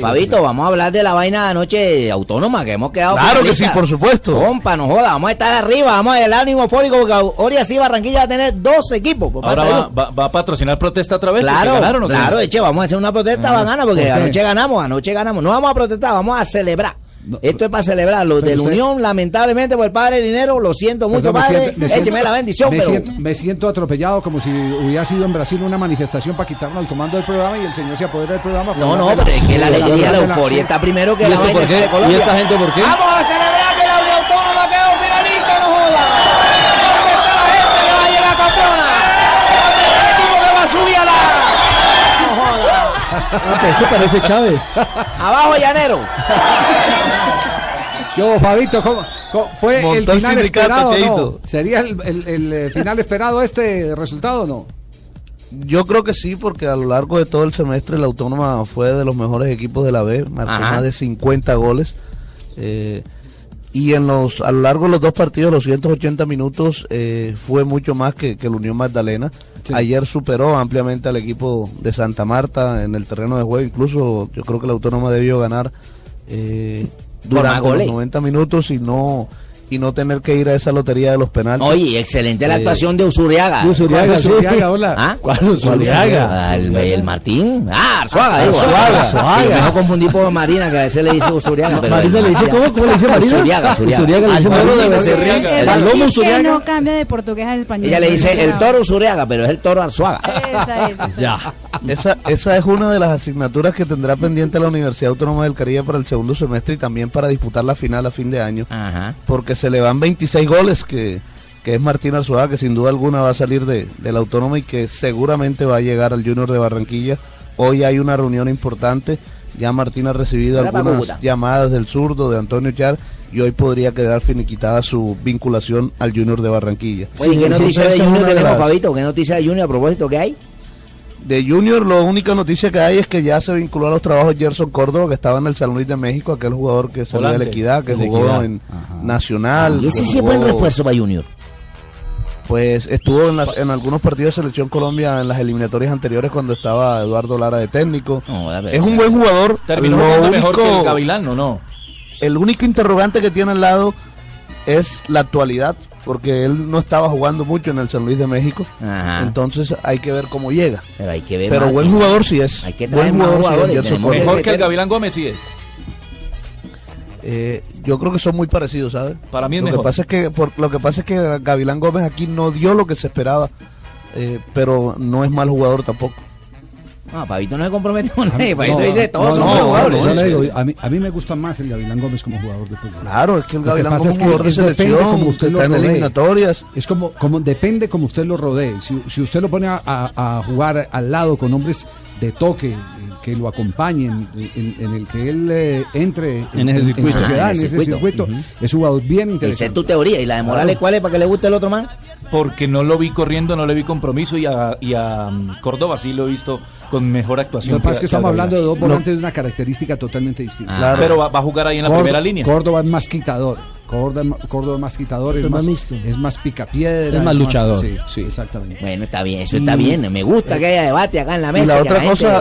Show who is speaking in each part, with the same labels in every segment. Speaker 1: Fabito, vamos a hablar de la vaina de anoche autónoma que hemos quedado.
Speaker 2: Claro
Speaker 1: con
Speaker 2: que sí,
Speaker 1: Ah, ahorita.
Speaker 2: por supuesto.
Speaker 1: Compa, no joda, vamos a estar arriba, vamos a el ánimo fórico porque ahora sí Barranquilla va a tener dos equipos. por
Speaker 3: Ahora
Speaker 1: parte de
Speaker 3: va,
Speaker 1: uno.
Speaker 3: va- va a patrocinar protesta otra vez.
Speaker 1: Claro,
Speaker 3: porque ganaron, ¿o qué?
Speaker 1: claro, eche, vamos a hacer una protesta bacana porque
Speaker 2: ¿Por qué?
Speaker 1: anoche ganamos, anoche ganamos. No vamos a protestar, vamos a celebrar. Esto es para celebrar. Los de la
Speaker 4: usted-
Speaker 1: Unión, lamentablemente, por el padre dinero, lo siento mucho,
Speaker 4: Perdón, me
Speaker 1: padre.
Speaker 4: siento- me
Speaker 1: Écheme
Speaker 4: siento-
Speaker 1: la bendición,
Speaker 4: me
Speaker 1: pero.
Speaker 4: Siento, me siento atropellado como si hubiera sido en Brasil una manifestación para quitarnos el comando del programa y el señor se apodera del programa.
Speaker 1: No, no, pero es que la alegría, la euforia está primero que
Speaker 2: ¿Y
Speaker 1: la
Speaker 2: esto
Speaker 1: vaina
Speaker 2: por
Speaker 1: esa
Speaker 2: qué?
Speaker 1: de Colombia.
Speaker 2: ¿Y esta gente por qué?
Speaker 1: Vamos a celebrar que la Unión Autónoma quedó finalista, no joda. ¿Dónde está la gente que va a llegar campeona? ¿Dónde está el equipo que va a subir a la? No joda.
Speaker 2: Ah, Esto parece Chávez.
Speaker 1: Abajo llanero.
Speaker 4: Yo, Fabito, ¿cómo- cómo- fue
Speaker 2: Montó
Speaker 4: el
Speaker 2: el
Speaker 4: final esperado?
Speaker 2: sindicato, Cheito.
Speaker 4: o ¿no? ¿Sería el, el- el, eh, final esperado este resultado o no?
Speaker 2: Yo creo que sí, porque a lo largo de todo el semestre la Autónoma fue de los mejores equipos de la B, marcó
Speaker 1: Ajá.
Speaker 2: más de 50 goles. eh, y en los a lo largo de los dos partidos, los 180 minutos, eh, fue mucho más que, que la Unión Magdalena.
Speaker 4: Sí.
Speaker 2: Ayer superó ampliamente al equipo de Santa Marta en el terreno de juego. Incluso yo creo que la Autónoma debió ganar eh,
Speaker 1: Por más
Speaker 2: durante los
Speaker 1: goles.
Speaker 2: 90 minutos y no, y no tener que ir a esa lotería de los penales.
Speaker 1: Oye, excelente la
Speaker 2: Eh,
Speaker 1: actuación de Usuriaga.
Speaker 5: Ah,
Speaker 4: ¿Cuál fue Zuriaga, hola?
Speaker 1: ¿Ah?
Speaker 3: ¿Cuál Usuriaga?
Speaker 1: Ah, El, el Martín. Ah, Arzuaga. digo.
Speaker 2: Arzuaga.
Speaker 1: Sí, me no confundí por Marina, que a veces le dice Usuriaga. pero-
Speaker 5: Marina le dice, ¿cómo? ¿Cómo le dice Marina?
Speaker 1: Usuriaga, Usuriaga.
Speaker 5: Usuriaga le
Speaker 1: Al
Speaker 5: dice
Speaker 1: toro
Speaker 5: Marina.
Speaker 1: de Becerril, el
Speaker 3: Usuriaga.
Speaker 6: El
Speaker 1: lomo
Speaker 6: chip que
Speaker 1: Usuriaga.
Speaker 6: no cambia de portugués al español.
Speaker 1: Ella le dice el
Speaker 6: Bravo.
Speaker 1: toro Usuriaga, pero es el toro Arzuaga.
Speaker 6: Esa es. esa.
Speaker 3: Ya.
Speaker 2: Esa, esa es una de las asignaturas que tendrá pendiente la Universidad Autónoma del Caribe para el segundo semestre y también para disputar la final a fin de año,
Speaker 1: Ajá.
Speaker 2: porque se le van 26 goles, que, que es Martín Arzuaga, que sin duda alguna va a salir de, de la Autónoma y que seguramente va a llegar al Junior de Barranquilla. Hoy hay una reunión importante, ya Martín ha recibido
Speaker 1: Ahora para Cúcuta.
Speaker 2: algunas llamadas del zurdo, de Antonio Char, y hoy podría quedar finiquitada su vinculación al Junior de Barranquilla.
Speaker 1: Oye, ¿qué
Speaker 2: Sí,
Speaker 1: noticia
Speaker 2: esa
Speaker 1: de
Speaker 2: es
Speaker 1: Junior
Speaker 2: una de
Speaker 1: tenemos,
Speaker 2: las-
Speaker 1: Fabito? ¿Qué noticia de Junior a propósito que hay?
Speaker 2: De Junior, la única noticia que hay es que ya se vinculó a los trabajos Gerson Córdoba, que estaba en el San Luis de México, aquel jugador que salió de la
Speaker 3: Volante,
Speaker 2: Equidad, que
Speaker 3: de la
Speaker 2: jugó
Speaker 3: Equidad.
Speaker 2: en Nacional.
Speaker 1: Ah, Y ese
Speaker 2: que
Speaker 1: sí es buen
Speaker 2: jugó,
Speaker 1: refuerzo para Junior.
Speaker 2: Pues estuvo en, las- en algunos partidos de Selección Colombia en las eliminatorias anteriores cuando estaba Eduardo Lara de técnico.
Speaker 1: No, a ver,
Speaker 2: es un
Speaker 1: esa-
Speaker 2: buen jugador.
Speaker 3: Terminó
Speaker 2: lo
Speaker 3: jugando mejor
Speaker 2: único-
Speaker 3: que el Gavilán, ¿o no?
Speaker 2: el único interrogante que tiene al lado es la actualidad, porque él no estaba jugando mucho en el San Luis de México.
Speaker 1: Ajá.
Speaker 2: Entonces hay que ver cómo llega.
Speaker 1: Pero hay que ver.
Speaker 2: Pero
Speaker 1: más,
Speaker 2: buen
Speaker 1: ¿no?
Speaker 2: jugador sí es.
Speaker 1: Hay que traer
Speaker 2: buen
Speaker 1: más
Speaker 2: jugador sí es
Speaker 1: jugadores,
Speaker 2: Gerson
Speaker 1: tenemos
Speaker 2: Córdoba.
Speaker 3: Mejor que el Gavilán Gómez sí es.
Speaker 2: Eh, yo creo que son muy parecidos, ¿sabes?
Speaker 3: Para mí es
Speaker 2: lo
Speaker 3: mejor.
Speaker 2: Que pasa es que, por- lo que pasa es que Gavilán Gómez aquí no dio lo que se esperaba, eh, pero no es mal jugador tampoco.
Speaker 1: No, Fabito no se compromete con nadie. Fabito
Speaker 4: No,
Speaker 1: dice, todos son
Speaker 4: no,
Speaker 1: buenos
Speaker 4: no,
Speaker 1: jugadores.
Speaker 4: yo le digo, a mí, a mí me gusta más el Gavilán Gómez como jugador de fútbol.
Speaker 2: Claro, es que
Speaker 4: Lo
Speaker 2: el
Speaker 4: que
Speaker 2: Gavilán
Speaker 4: pasa
Speaker 2: Gómez
Speaker 4: es
Speaker 2: es
Speaker 4: que
Speaker 2: jugador de
Speaker 4: es- depende
Speaker 2: selección,
Speaker 4: como
Speaker 2: que
Speaker 4: usted
Speaker 2: está
Speaker 4: lo
Speaker 2: en
Speaker 4: rodee.
Speaker 2: eliminatorias.
Speaker 4: Es como, como depende como usted lo rodee. Si, si usted lo pone a, a- a jugar al lado con hombres de toque eh, que lo acompañen, eh, en, en el que él eh, entre en,
Speaker 3: ese
Speaker 4: en- en
Speaker 3: circuito.
Speaker 4: sociedad,
Speaker 1: Ah, en
Speaker 4: en
Speaker 1: ese
Speaker 4: ese
Speaker 1: circuito.
Speaker 4: circuito, es un jugador bien
Speaker 1: Esa es
Speaker 4: interesante.
Speaker 1: tu teoría. ¿Y la de Morales cuál es para que le guste el otro man?
Speaker 3: Porque no lo vi corriendo, no le vi compromiso y a, y a mm, Córdoba sí lo he visto con mejor
Speaker 4: Lo
Speaker 3: actuación.
Speaker 4: que pasa es que estamos
Speaker 3: a
Speaker 4: hablando de
Speaker 3: Gavilán.
Speaker 4: dos volantes de una característica totalmente distinta.
Speaker 1: Ah,
Speaker 2: Claro.
Speaker 3: Pero va, va a jugar ahí en la
Speaker 4: Córdoba-
Speaker 3: primera línea.
Speaker 4: Córdoba es más quitador. Córdoba, Córdoba es más quitador, es
Speaker 5: Es más
Speaker 4: más,
Speaker 5: mixto.
Speaker 4: es más picapiedra.
Speaker 5: Es más luchador.
Speaker 4: sí, sí, exactamente.
Speaker 1: Bueno, está bien, eso está bien. Me gusta que haya debate acá en la
Speaker 2: Mm. Y
Speaker 1: mesa.
Speaker 2: la
Speaker 1: que
Speaker 2: otra
Speaker 1: gente-
Speaker 2: cosa,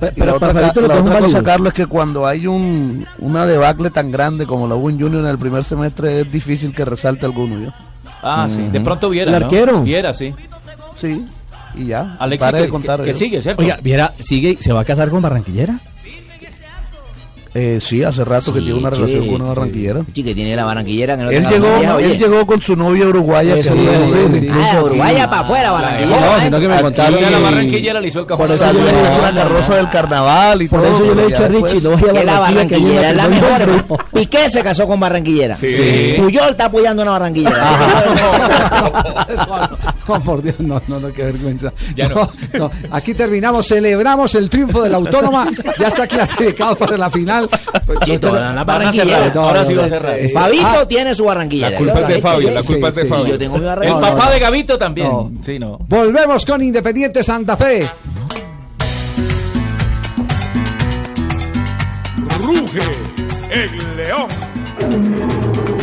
Speaker 5: Pero,
Speaker 2: y la otra,
Speaker 5: para
Speaker 2: ca-
Speaker 5: Fabito lo
Speaker 2: la
Speaker 5: que es un
Speaker 2: otra cosa,
Speaker 5: válido.
Speaker 2: Carlos, es que cuando hay un, una debacle tan grande como la U en Junior en el primer semestre, es difícil que resalte alguno, ¿yo?
Speaker 3: Ah, sí. De pronto Viera.
Speaker 5: El
Speaker 3: ¿no?
Speaker 5: arquero.
Speaker 3: Viera, sí.
Speaker 2: Sí, y ya.
Speaker 3: Alexis,
Speaker 2: pare
Speaker 3: que-
Speaker 2: de contar. eh.
Speaker 3: que, que
Speaker 2: ¿yo?
Speaker 3: sigue, ¿cierto?
Speaker 5: Oiga, viera, sigue, ¿se va a casar con Barranquillera?
Speaker 2: Eh, sí, hace rato que
Speaker 1: Sí,
Speaker 2: tiene una
Speaker 1: sí,
Speaker 2: relación con
Speaker 1: sí.
Speaker 2: una barranquillera.
Speaker 1: Sí, que tiene la barranquillera que no
Speaker 2: Él
Speaker 1: tenga
Speaker 2: llegó,
Speaker 1: barranquilla, oye.
Speaker 2: él llegó con su novia uruguaya.
Speaker 5: Eso
Speaker 2: que
Speaker 5: iba a
Speaker 2: hablamos de él,
Speaker 5: decir, sí.
Speaker 2: incluso
Speaker 1: Ah,
Speaker 2: aquí.
Speaker 1: Uruguaya para afuera,
Speaker 5: No,
Speaker 1: barranquillera. ¿eh?
Speaker 5: sino que me
Speaker 2: Aquí-
Speaker 3: O
Speaker 5: contaron.
Speaker 3: sea, la barranquillera le hizo el cajón.
Speaker 5: Por eso
Speaker 2: Salió
Speaker 5: yo le-
Speaker 2: hecho la carroza del carnaval y
Speaker 5: Por
Speaker 2: todo.
Speaker 5: eso yo
Speaker 2: pero
Speaker 5: le he
Speaker 2: ya
Speaker 5: dicho a
Speaker 2: después-
Speaker 5: Richie, no vaya
Speaker 1: que
Speaker 5: a
Speaker 1: la
Speaker 5: Barranquilla, que hay una
Speaker 1: barranquillera es la
Speaker 5: que no
Speaker 1: mejor.
Speaker 5: encuentro.
Speaker 1: hermano. Piqué se casó con barranquillera.
Speaker 3: Sí.
Speaker 1: Puyol está apoyando una barranquillera.
Speaker 4: No, por Dios, no, no, no, qué vergüenza.
Speaker 3: Ya no.
Speaker 4: No, no. Aquí terminamos, celebramos el triunfo de la Autónoma, ya está clasificado para la final.
Speaker 1: Chito, la- la
Speaker 3: Van a
Speaker 1: barranquillera.
Speaker 3: cerrar.
Speaker 4: No,
Speaker 3: Ahora
Speaker 4: no,
Speaker 3: sí va a
Speaker 4: no,
Speaker 3: cerrar.
Speaker 4: sí.
Speaker 1: Fabito
Speaker 2: Ah.
Speaker 1: tiene su barranquillera.
Speaker 7: La culpa
Speaker 1: Yo
Speaker 7: es de
Speaker 1: lo sé,
Speaker 7: Fabio,
Speaker 1: sí,
Speaker 7: la
Speaker 1: sí.
Speaker 7: culpa es de
Speaker 4: sí,
Speaker 1: Y
Speaker 7: Fabio.
Speaker 1: Yo tengo mi
Speaker 3: El
Speaker 1: barranquillera.
Speaker 3: papá de Gavito también.
Speaker 4: No.
Speaker 3: Sí, no.
Speaker 4: Volvemos con Independiente Santa Fe.
Speaker 8: ruge el león.